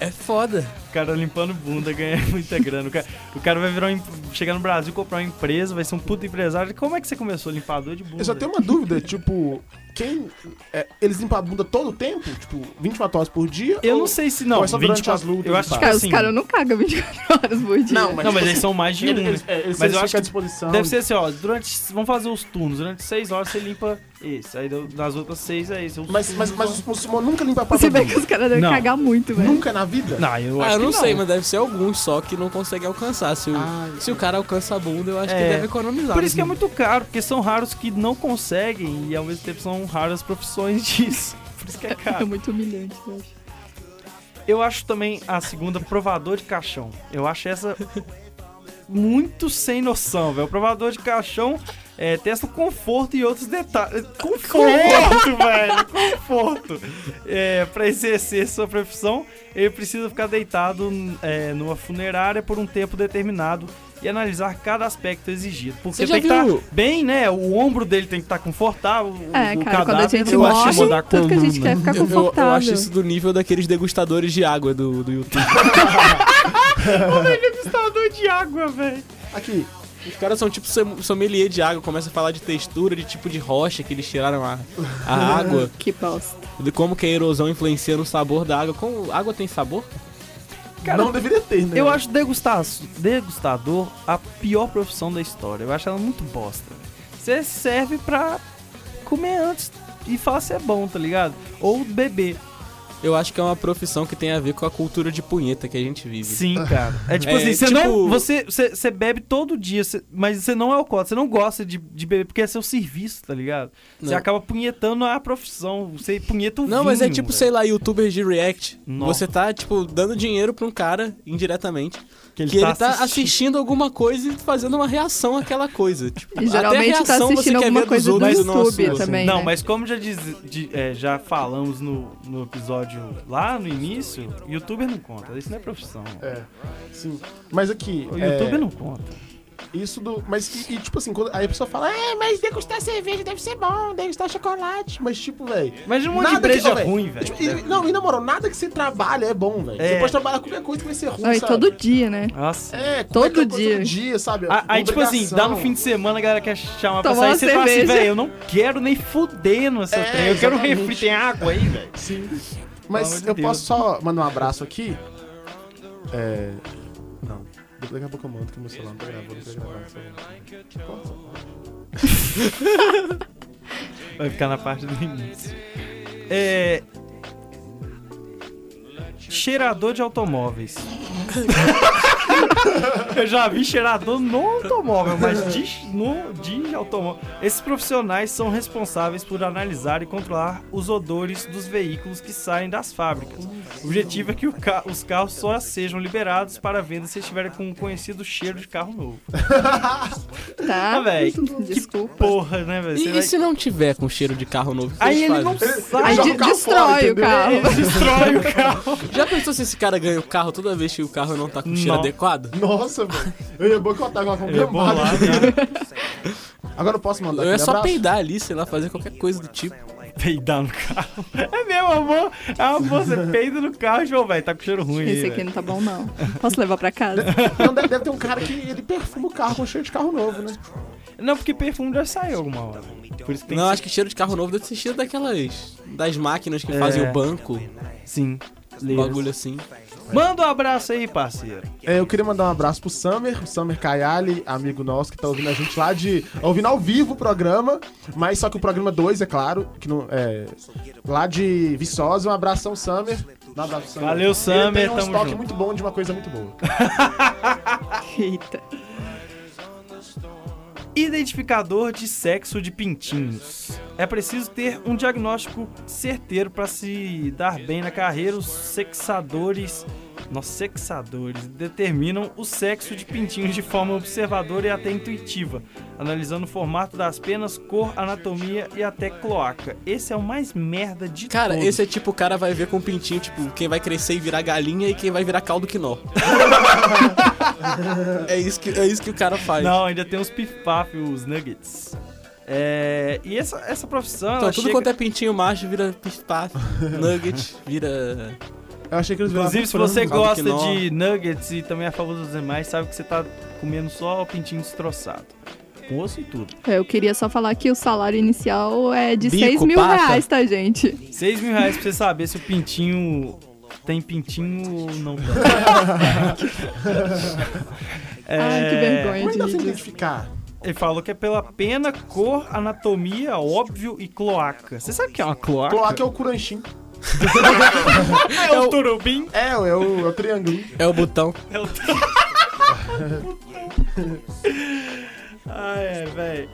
É foda.
O cara limpando bunda ganha muita grana. O cara, o cara vai virar um, em- chegar no Brasil, comprar uma empresa, vai ser um puto empresário. Como é que você começou? Limpador de bunda.
Eu só tenho uma dúvida, tipo, quem. é, eles limpam a bunda todo o tempo? Tipo, 24 horas por dia?
Eu
Ou-
não sei se não.
Ou é só durante
24
as lutas
Eu
e
acho
tal?
que
Cara,
assim,
os caras não cagam 24 horas por dia.
Não, mas-
Não, mas eles são mais de um.
Eles,
né?
eles, é, eles,
Mas eu
ficam
acho
à
que
disposição.
Deve ser assim, ó, durante. Vamos fazer os turnos. Durante seis horas você limpa esse. Aí do- das outras seis é esse. Os
Mas, mas, mas os muçulmanos nunca limpam a
Você
tá
própria
vê que
bunda?
os caras devem
Não.
cagar muito, velho.
Nunca na vida?
Não, eu
Ah,
acho
eu não Ah,
que
sei, mas deve ser alguns só que não consegue alcançar. Se o, se o cara alcança a bunda, eu acho que
É.
deve economizar. né?
Por isso que é muito caro, porque são raros que não conseguem e ao mesmo tempo são raras profissões disso. Por isso que é
É
caro.
muito humilhante, eu acho.
Eu acho também a segunda provador de caixão. Eu acho essa muito sem noção, velho. Provador de caixão é, testa o conforto e outros detalhes. Conforto, velho! Conforto! É, pra exercer sua profissão, ele precisa ficar deitado é, numa funerária por um tempo determinado e analisar cada aspecto exigido. Porque
Você já
tem que estar
viu-
bem, né? O ombro dele tem que estar confortável, o-
É,
o
cara, quando a
cadáver
gente
não vai te
morre,
mudar a
tudo que a gente
coluna.
quer é ficar
Eu- eu, eu acho
confortável.
isso do nível daqueles degustadores de água do, do YouTube.
Degustador tá de água, velho.
Aqui,
Os caras são tipo som- sommelier de água, começa a falar de textura, de tipo de rocha que eles tiraram a, a água,
Que bosta.
de como que a erosão influencia no sabor da água. Como, água tem sabor?
Cara,
não deveria ter, né?
Eu acho degustar, degustador a pior profissão da história. Eu acho ela muito bosta. velho. Você serve pra comer antes e falar se é bom, tá ligado? Ou beber.
Eu acho que é uma profissão que tem a ver com a cultura de punheta que a gente vive.
Sim, cara. É tipo
É,
assim, você
tipo-
não. Você, você, você bebe todo dia, você- mas você não é alcoólatra, você não gosta de, de beber, porque é seu serviço, tá ligado? Você
Não.
acaba punhetando a profissão. Você punheta um
Não, mas é
vinho,
tipo,
velho.
sei lá, youtubers de react.
Nossa.
Você tá, tipo, dando dinheiro pra um cara, indiretamente,
Que
que ele tá assistindo. alguma coisa e fazendo uma reação àquela coisa. Tipo,
E geralmente
até a
tá
reação você
assistindo
quer
alguma
ver dos
coisa do
outros, mas não a
YouTube
sua, assim.
também,
Não,
né?
mas como já, diz- de- é, já falamos no, no episódio lá no início, youtuber não conta. Isso não é profissão.
É, sim. Mas aqui.
O
é,
youtuber não conta.
Isso do. Mas e, e, tipo assim, quando, aí a pessoa fala, é, mas degustar cerveja deve ser bom, degustar chocolate. Mas tipo, velho.
Mas um monte de
ó,
breja
véi,
ruim, velho.
tipo, e- não, e na moral, nada que você trabalha é bom, velho.
É.
Você pode trabalhar qualquer coisa que vai ser ruim.
Não, e
sabe?
todo dia, né?
Nossa.
É,
Todo
qualquer coisa
dia.
Todo dia, sabe?
A- Aí, tipo assim, dá no fim de semana, a galera quer chamar pra
Tomar
sair,
uma
você fala assim,
cerveja.
velho, eu não quero nem fudendo essa
É,
trem, eu quero um
exatamente.
refri, tem água aí, velho.
Sim.
Pelo amor
Mas
de
eu
Deus.
posso só mandar um abraço aqui. É. Não. Daqui a pouco eu mando que meu celular não tá gravando, não tá gravando. celular.
Vai ficar na parte do início. É... Cheirador de automóveis. Eu já vi cheirador no automóvel, mas de, no, de automóvel. Esses profissionais são responsáveis por analisar e controlar os odores dos veículos que saem das fábricas. O objetivo é que o ca- os carros só sejam liberados para venda se estiverem com um conhecido cheiro de carro novo.
Tá?
Ah, véi,
Desculpa.
Porra, né, velho?
E,
Você
e
vai-
se não tiver com cheiro de carro novo? o que
Aí
eles
ele
fazem?
não sai.
Aí
joga
de-
o carro fora,
destrói o
entendeu?
carro.
Destrói o carro.
Já pensou se esse cara ganha o carro toda vez que o carro não tá com cheiro
Não.
adequado?
Nossa, velho. Eu ia boicotar com a
É bom lá, né?
Agora eu posso mandar
Eu ia
aquele
É só
abraço?
peidar ali, sei lá, fazer qualquer coisa do tipo.
Peidar no carro. É mesmo, amor. É uma boa, você peida no carro, João, velho. Tá com cheiro ruim.
Esse
aí,
aqui
velho.
não tá bom, não. Posso levar pra casa?
Não, deve, deve ter um cara que ele perfuma o carro com cheiro de carro novo, né?
Não, porque perfume já saiu alguma hora. Por isso que tem
Não,
que
acho que cheiro de carro novo deve ser cheiro daquelas. das máquinas que
É.
fazem o banco,
ser- Sim.
um bagulho assim.
Manda um abraço aí, parceiro.
É, eu queria mandar um abraço pro Summer, o Summer Kayali, amigo nosso que tá ouvindo a gente lá de. ouvindo ao vivo o programa, mas só que o programa 2, é claro, que não. É, lá de Viçosa. Um abração, Summer. Dá Um abraço, Summer.
Valeu, Summer,
Ele tem um
tamo
estoque
junto.
muito bom de uma coisa muito boa.
Eita.
Identificador de sexo de pintinhos. É preciso ter um diagnóstico certeiro para se dar bem na carreira. Os sexadores, nós sexadores, determinam o sexo de pintinhos de forma observadora e até intuitiva, analisando o formato das penas, cor, anatomia e até cloaca. Esse é o mais merda de
Cara,
todos.
esse é tipo, o cara vai ver com um pintinho, tipo, quem vai crescer e virar galinha e quem vai virar caldo quinó. é, isso que, é isso que o cara faz.
Não, ainda tem os pif-paf, os nuggets. É, e essa, essa profissão.
Então,
ela
tudo
chega-
quanto é pintinho macho vira pistache, nugget, vira
Eu achei que eles viravam
Inclusive, se você
frango.
gosta
Sabe que
de nuggets e também é a favor dos demais, sabe que você tá comendo só o pintinho destroçado. Com osso e tudo.
É, Eu queria só falar que o salário inicial é de
Bico,
6 mil
pata.
reais, tá, gente?
6 mil reais pra você saber se o pintinho tem pintinho ou não tem. É,
Ai, que vergonha
Como é que dá pra
de- de
identificar?
Ele falou que é pela pena, cor, anatomia, óbvio e cloaca. Você sabe o que é uma cloaca?
Coloca é o curanchim.
é o turubim.
É, é o, é o triângulo.
É o botão.
Ah, é, velho.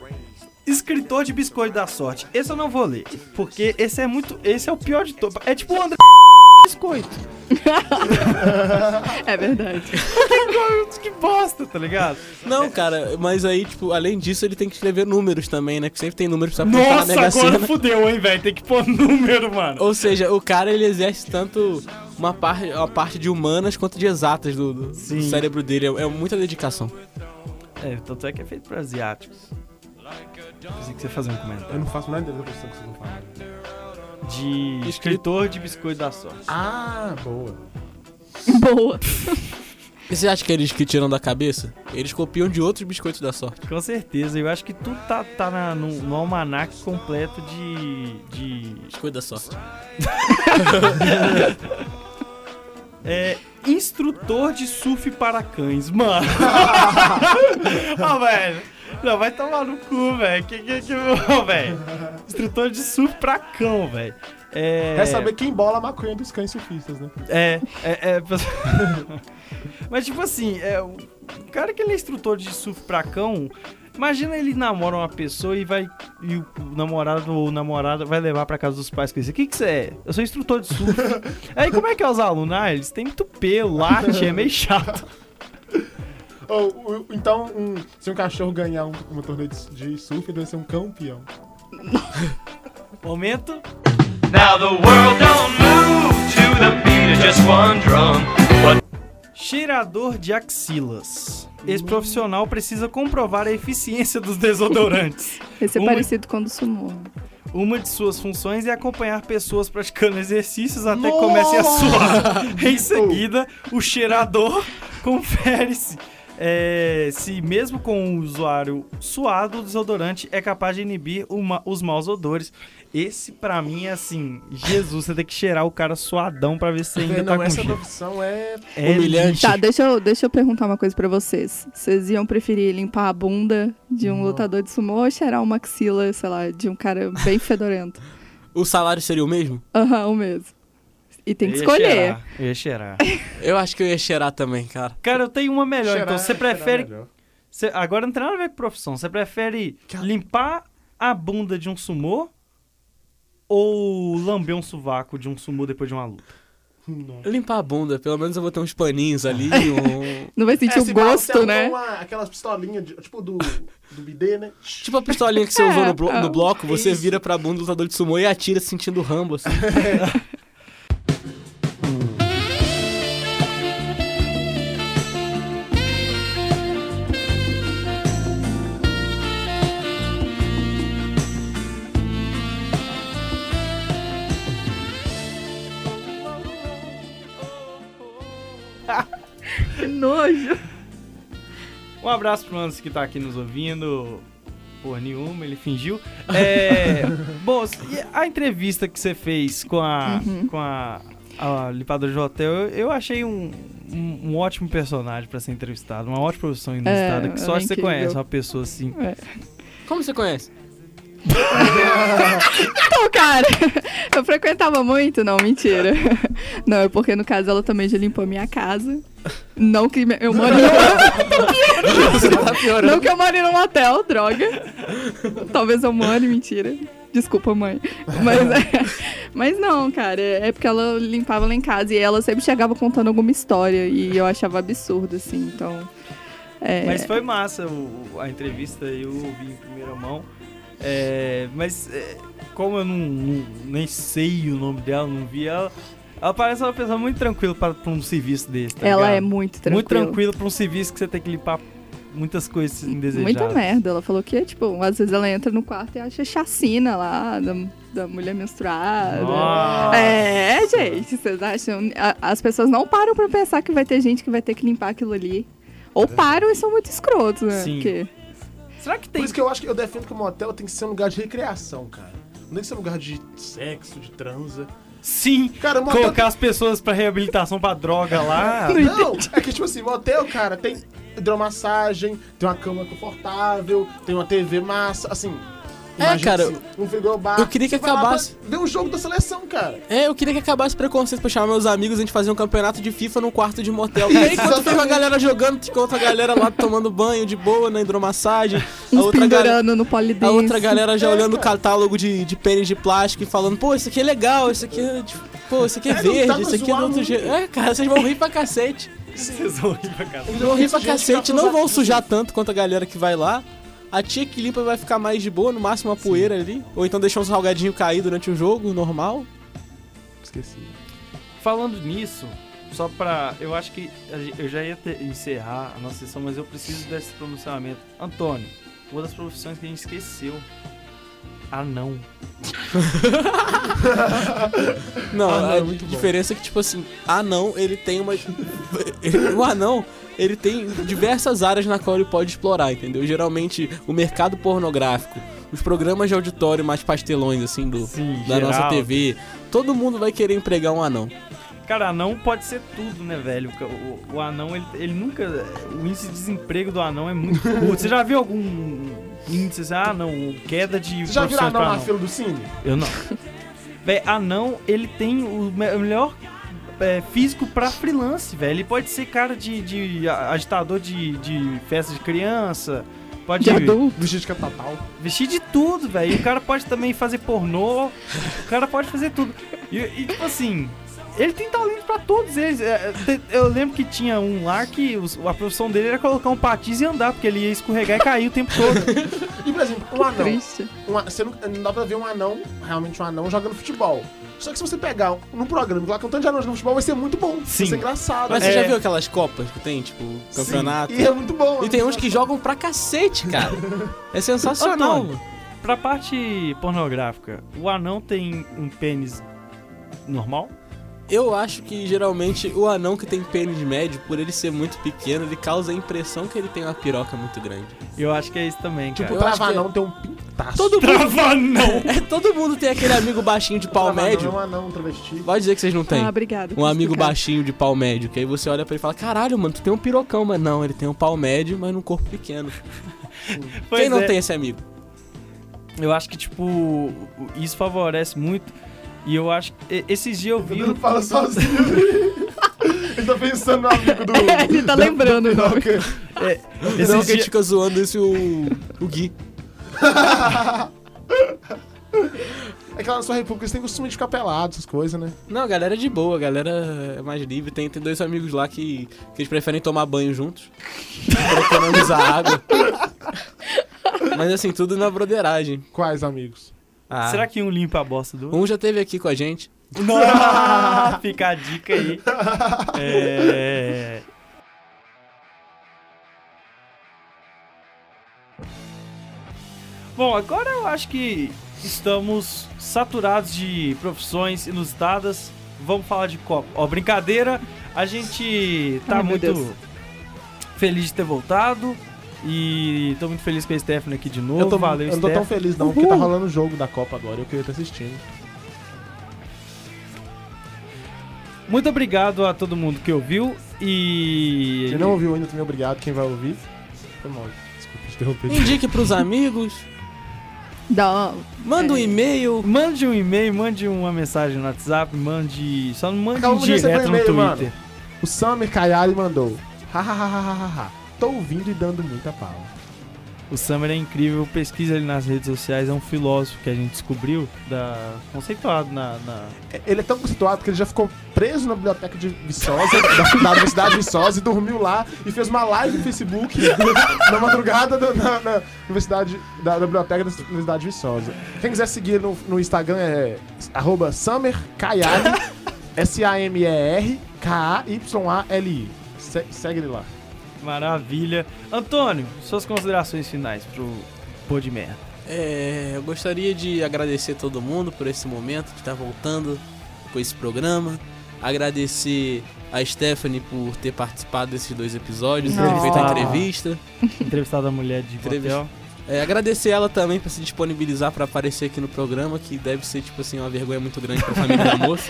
Escritor de biscoito da sorte. Esse eu não vou ler, porque esse é muito, esse é o pior de todos. É tipo o André biscoito.
É verdade.
Que bosta, tá ligado?
Não, cara, mas aí, tipo, além disso, ele tem que escrever números também, né? Que sempre tem números pra apontar na
Nossa,
Mega
agora
Sena.
fudeu, hein, velho. Tem que pôr número, mano.
Ou seja, o cara, ele exerce tanto uma parte, a parte de humanas quanto de exatas do, do- do
Sim.
cérebro dele. É, é muita dedicação.
É, tanto é que é feito pra asiáticos. Pensei que você ia fazer um comentário.
Eu não faço nada da questão que vocês não falam.
De escritor de biscoito da sorte.
Ah, boa.
Boa.
E você acha que eles que tiram da cabeça? Eles copiam de outros biscoitos da sorte.
Com certeza, eu acho que tudo tá, tá na- no, no almanac completo de. de
Biscoito da sorte.
é, instrutor de surf para cães, mano. Ó, velho. Não, vai tomar no cu, velho. Que que que. Ó, velho. Instrutor de surf pra cão, velho. É.
Quer saber quem bola a maconha dos cães surfistas, né?
É, é, é. Mas tipo assim, é, o o cara que ele é instrutor de surf pra cão, imagina ele namora uma pessoa e vai. E o namorado ou namorada vai levar pra casa dos pais com isso. O que que você é? Eu sou instrutor de surf. Aí como é que é os alunos? Ah, eles têm muito pelo, late, é meio chato.
Ou, ou- então, um- se um cachorro ganhar um, uma torneio de, de surf, ele vai ser um campeão.
Momento.
Now the world don't move to the beat of just one drum.
Cheirador de axilas. Esse profissional precisa comprovar a eficiência dos desodorantes.
Esse é
Uma-
parecido com o do sumô.
Uma de suas funções é acompanhar pessoas praticando exercícios até que comecem a suar. em seguida, o cheirador confere-se é, se, mesmo com o usuário suado, o desodorante é capaz de inibir o ma- os maus odores. Esse, pra mim, é assim: Jesus, você tem que cheirar o cara suadão pra ver se ainda
não,
tá com
essa
cheiro.
profissão é...
É
Humilhante.
Tá, deixa eu, deixa eu perguntar uma coisa pra vocês. Vocês iam preferir limpar a bunda de um lutador de sumô ou cheirar uma axila, sei lá, de um cara bem fedorento?
O salário seria o mesmo?
Aham, o mesmo. E tem que
Eu ia
escolher.
cheirar, eu ia cheirar.
Eu acho que eu ia cheirar também, cara.
Cara, eu tenho uma melhor.
Cheirar- é
então, você
cheirar
prefere
melhor.
Cê- agora não tem nada a ver com profissão. Você prefere
Cara.
limpar a bunda de um sumô ou lamber um sovaco de um sumô depois de uma luta?
Não.
Limpar a bunda, pelo menos eu vou ter uns paninhos ali, um...
Não vai sentir
É, se
o
bala,
gosto,
você
né?
arruma aquelas pistolinhas, de- tipo do, do bidê, né?
Tipo a pistolinha que você usou no, blo-
É,
no bloco, você
Isso.
vira pra bunda do lutador de sumô e atira sentindo o rambo, assim.
Que nojo.
Um abraço pro Anderson que tá aqui nos ouvindo. Porra nenhuma, ele fingiu. É, bom, e a entrevista que você fez com a,
Uhum.
com a, a limpadora de hotel, eu, eu achei um, um, um ótimo personagem pra ser entrevistado. Uma ótima profissão inusitada,
É,
que
ela
só
é
você
incrível.
conhece, uma pessoa assim.
Como você conhece?
Então, cara, eu frequentava muito, não, mentira. Não, é porque no caso ela também já limpou minha casa. Não que me- eu moro um
Você tá piorando.
Não que eu more num hotel, droga. Talvez eu more, mentira. Desculpa, mãe. Mas, mas não, cara. É porque ela limpava lá em casa e ela sempre chegava contando alguma história e eu achava absurdo, assim. Então. é,
Mas foi massa o- o- a entrevista, eu ouvi em primeira mão. É, mas é, como eu não, não- nem sei o nome dela, não vi ela, ela parece uma pessoa muito tranquila para pra um serviço desse. tá
ela é
ligado?
muito tranquila.
muito tranquila para um serviço que você tem que limpar muitas coisas indesejadas.
Muita merda. Ela falou que, tipo, às vezes ela entra no quarto e acha chacina lá da, da mulher menstruada.
Nossa.
É, gente, vocês acham? a- As pessoas não param pra pensar que vai ter gente que vai ter que limpar aquilo ali. Ou param e são muito escrotos, né?
Sim.
Porque-
Será que
Por
tem.
isso que eu acho que eu defendo que o motel tem que ser um lugar de recreação, cara. Não tem que ser um lugar de sexo, de transa.
Sim,
Cara, o motel
colocar as pessoas pra reabilitação pra droga lá.
Não, é que tipo assim, motel, cara, tem hidromassagem, tem uma cama confortável, tem uma TV massa, assim.
É,
imagina
cara,
assim, um frigobar.
eu queria que
Você vai lá pra
acabasse.
Ver um jogo da seleção, cara.
É, eu queria que acabasse o preconceito pra chamar meus amigos, a gente fazia um campeonato de FIFA num quarto de motel. E aí, enquanto fica a galera jogando, fica outra galera lá tomando banho de boa, na hidromassagem. A
Uns
outra, galera,
pendurando no polidense.
a outra galera já olhando o catálogo de, de pênis de plástico e falando, pô, isso aqui é legal, isso aqui é. tipo, Pô, isso aqui é
É, não dá
verde,
pra
isso aqui é
zoar
do outro
muito.
jeito. É, cara, vocês vão rir pra cacete.
Vocês vão rir pra casa.
Vão rir pra
Gente,
cacete,
fica assim,
não vão
cruzadinho.
sujar tanto quanto a galera que vai lá. A tia que limpa vai ficar mais de boa, no máximo uma poeira ali. Ou então deixar um salgadinho cair durante o jogo, normal.
Esqueci.
Falando nisso, só pra. Eu acho que a gen- eu já ia ter- encerrar a nossa sessão, mas eu preciso desse pronunciamento. Antônio, uma das profissões que a gente esqueceu. Anão.
Não,
Ah, não,
a
é muito bom.
diferença é que, tipo assim, anão, ele tem uma. o anão, ele tem diversas áreas na qual ele pode explorar, entendeu? Geralmente, o mercado pornográfico, os programas de auditório mais pastelões, assim, do,
Sim,
da nossa
geral.
TV. Todo mundo vai querer empregar um anão.
Cara, anão pode ser tudo, né, velho? O, o anão, ele, ele nunca. O índice de desemprego do anão é muito curto. Você já viu algum índice? assim, Ah, não, queda de.
Você já viu
profissões
anão
pra
na fila do cine?
Eu não. Véi, anão, ele tem o me- o melhor é, físico pra freelance, velho. Ele pode ser cara de, de a- agitador de, de festa de criança, pode
De adulto.
Vestido de catatal.
vestir de tudo, velho. E O cara pode também fazer pornô, o cara pode fazer tudo. E, e, tipo assim, ele tem talento pra todos eles. É, te- Eu lembro que tinha um lá que os- a profissão dele era colocar um patins e andar, porque ele ia escorregar e cair o tempo todo.
E, por exemplo, um anão.
é Triste.
Um a- você não, não dá pra ver um anão, realmente um anão, jogando futebol. Só que se você pegar um- num programa e colocar um tanto de anão jogando futebol, vai ser muito bom.
Sim.
Vai ser engraçado.
Mas
É.
você já
É.
viu aquelas copas que tem, tipo,
Sim.
campeonato?
E é muito bom.
E
é
tem
muito
uns que jogam pra cacete, cara. É sensacional.
Antônio. pra parte pornográfica, o anão tem um pênis normal?
Eu acho que geralmente o anão que tem pênis médio, por ele ser muito pequeno, ele causa a impressão que ele tem uma piroca muito grande.
Eu acho que é isso também, cara.
Tipo,
Eu
pra
acho que-
anão tem um pintaço.
Todo mundo,
Trava não!
é, todo mundo tem aquele amigo baixinho de pau
Pra anão
médio.
É um anão, um travesti.
Pode dizer que vocês não têm.
Ah, obrigada. por
Um amigo
explicar.
baixinho de pau médio, que aí você olha pra ele e fala: Caralho, mano, tu tem um pirocão, mas não, ele tem um pau médio, mas num corpo pequeno.
Pois
Quem não
é,
tem esse amigo?
Eu acho que, tipo, isso favorece muito. E eu acho que. e- Esses dias eu vi. um,
Ele fala sozinho. Ele tá pensando no amigo do.
Ele tá lembrando o nome.
é, esses
não, que a gente
dias-
fica zoando isso o, o Gui.
É que lá na sua república eles têm costume de ficar pelado, essas coisas, né?
Não, a galera é de boa, a galera é mais livre. Tem, tem dois amigos lá que, que eles preferem tomar banho juntos. pra economizar água. Mas assim, tudo na broderagem.
Quais amigos?
Ah,
Será que um limpa a bosta do outro?
Um já teve aqui com a gente.
Não! Fica a dica aí. É. Bom, agora eu acho que estamos saturados de profissões ilustradas. Vamos falar de Copa. Ó, brincadeira, a gente tá
Ai, meu Deus.
muito feliz de ter voltado. E tô muito feliz com a Stephanie aqui de novo.
eu tô,
Valeu,
eu não tô tão
Stephanie.
feliz, não, porque tá
Uhul.
rolando o jogo da Copa agora. Eu queria estar assistindo.
Muito obrigado a todo mundo que ouviu. E.
Quem não ouviu ainda também, obrigado. Quem vai ouvir, foi mal. Desculpa te interromper.
Indique pros amigos,
Dá uma-
manda um
É.
e-mail.
Mande um e-mail, mande uma mensagem no WhatsApp, mande. Só não mande
Acabamos de receber
direto
um
no Twitter.
e-mail, mano. O Summer Kayali mandou. Hahaha. Tô ouvindo e dando muita pala.
O Summer é incrível, pesquisa ele nas redes sociais, é um filósofo que a gente descobriu, da... conceituado na. na-
É, Ele é tão conceituado que ele já ficou preso na biblioteca de Viçosa, da, da Universidade de Viçosa, e dormiu lá e fez uma live no Facebook na madrugada da, na, na universidade, da, da biblioteca da Universidade de Viçosa. Quem quiser seguir no, no Instagram é arroba summerkayali, S-A-M-E-R-K-A-Y-A-L-I. Se- segue ele lá.
Maravilha. Antônio, suas considerações finais pro Pô de Merda.
É, eu gostaria de agradecer todo mundo por esse momento de estar voltando com esse programa. Agradecer a Stephanie por ter participado desses dois episódios, por ter
Nossa.
feito a entrevista.
Entrevistada a mulher de
Entrevista.
hotel.
É, agradecer ela também por se disponibilizar para aparecer aqui no programa, que deve ser, tipo assim, uma vergonha muito grande pra família da moça.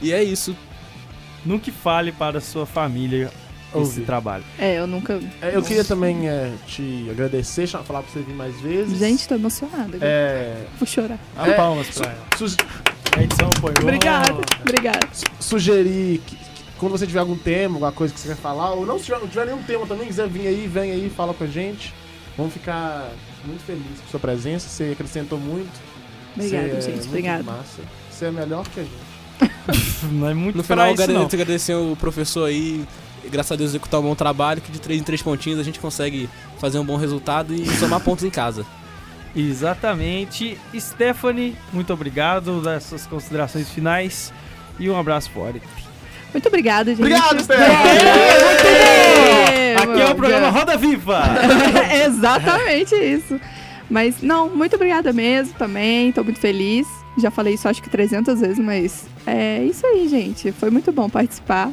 E é isso.
Nunca fale para sua família esse
Ouvi.
trabalho.
É, eu nunca.
É, eu queria também é, te agradecer, cha- falar pra você vir mais vezes.
Gente, tô emocionada. agora.
É,
Vou chorar.
Dá um
É,
palmas
su-
pra ela.
su-
A edição apoiou.
Obrigada, obrigada.
sugerir que, que quando você tiver algum tema, alguma coisa que você quer falar, ou não se tiver, não tiver nenhum tema também, quiser vir aí, vem aí, fala com a gente. Vamos ficar muito felizes com sua presença. Você acrescentou muito.
Obrigada,
Você é
gente.
muito
Obrigada.
Massa. Você é melhor que a gente.
Não é muito
No final, eu
pra isso,
agra-
não.
agradecer o professor aí. e, Graças a Deus executar um bom trabalho, que de três em três pontinhos a gente consegue fazer um bom resultado e somar pontos em casa.
Exatamente. Stephanie, muito obrigado das suas considerações finais e um abraço fora.
Muito obrigada, gente.
Obrigado, Esther!
É,
Aqui é o programa Roda Viva!
É Exatamente isso. Mas, não, muito obrigada mesmo também. Tô muito feliz. Já falei isso acho que 300 vezes, mas é isso aí, gente. Foi muito bom participar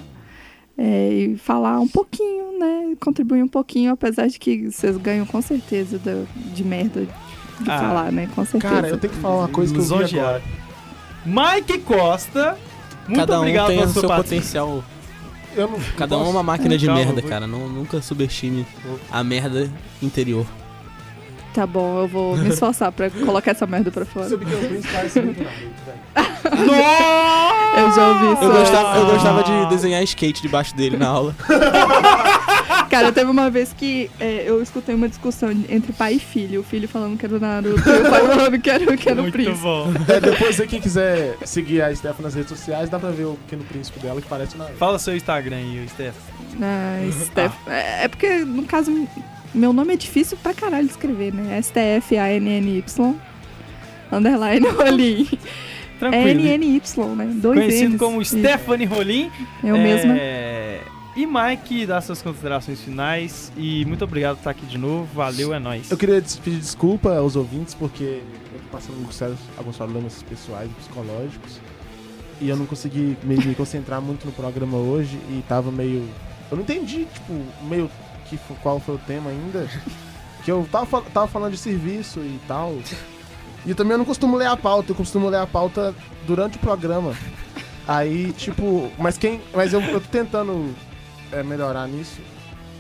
é, e falar um pouquinho, né? Contribuir um pouquinho, apesar de que vocês ganham com certeza da- de merda de
Ah,
falar, né? Com certeza.
Cara, eu tenho que falar uma coisa que eu vi
Lisonjeado.
agora.
Mike Costa, muito
Cada um
obrigado
tem
pela
o
sua
seu
paciência.
potencial.
Eu não,
Cada um é
posso-
uma máquina de
Calma,
merda,
vou-
cara. Não, nunca subestime a merda interior.
Tá bom, eu vou me esforçar pra colocar essa merda pra fora.
Seu Pequeno Príncipe parece muito né? nariz, velho.
Eu já ouvi isso.
Eu gostava, eu
Ah.
gostava de desenhar skate debaixo dele na aula.
Cara, teve uma vez que é, eu escutei uma discussão entre pai e filho. O filho falando que era o Naruto e o pai falando que era, que era o
Muito
príncipe.
bom.
É, depois, aí, quem quiser seguir a Stephanie nas redes sociais, dá pra ver o Pequeno Príncipe dela, que parece na.
Fala seu Instagram aí, Steph.
Ah, Steph. É, é porque, no caso, meu nome é difícil pra caralho de escrever, né? S-T-F-A-N-N-Y. Underline Rolim. É
Tranquilo.
N-N-Y, né? Dois
Conhecido
N's.
como
Isso.
Stephanie Rolim.
Eu
É,
mesma.
E Mike, dá suas considerações finais. E muito obrigado por estar aqui de novo. Valeu, é nóis.
Eu queria des- pedir desculpa aos ouvintes porque eu tô passando por sérios- alguns problemas pessoais e psicológicos. E eu não consegui meio me concentrar muito no programa hoje e tava meio. Eu não entendi, tipo, meio que fo- qual foi o tema ainda. Que eu tava, fal- tava falando de serviço e tal. E também eu não costumo ler a pauta, eu costumo ler a pauta durante o programa. Aí, tipo, mas quem. Mas eu, eu tô tentando é, melhorar nisso.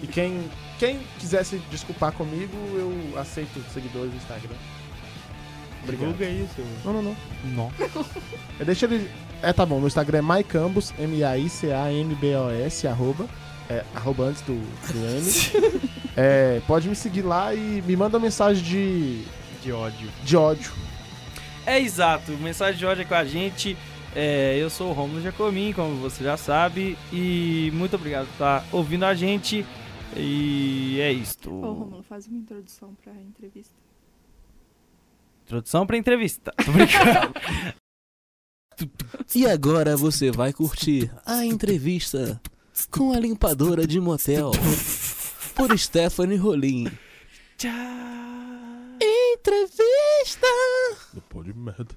E quem quem quiser se desculpar comigo, eu aceito seguidores no Instagram. Obrigado.
Divulga isso.
Não, não, não.
Não.
Eu deixo ele. É, tá bom. Meu Instagram é mycambos, M-A-I-C-A-M-B-O-S, arroba. É, arroba antes do, do M. É, pode me seguir lá e me manda mensagem de,
De ódio.
de ódio.
É exato, mensagem de ódio é com a gente. É, eu sou o Romulo Jacomin, como você já sabe, e muito obrigado por estar ouvindo a gente. E é isto.
Ô, Romulo, faz uma introdução pra entrevista.
Introdução para entrevista. Tô brincando.
E agora você vai curtir a entrevista com a limpadora de motel por Stephanie Rolim. Tchau. Entrevista.
Pode merda.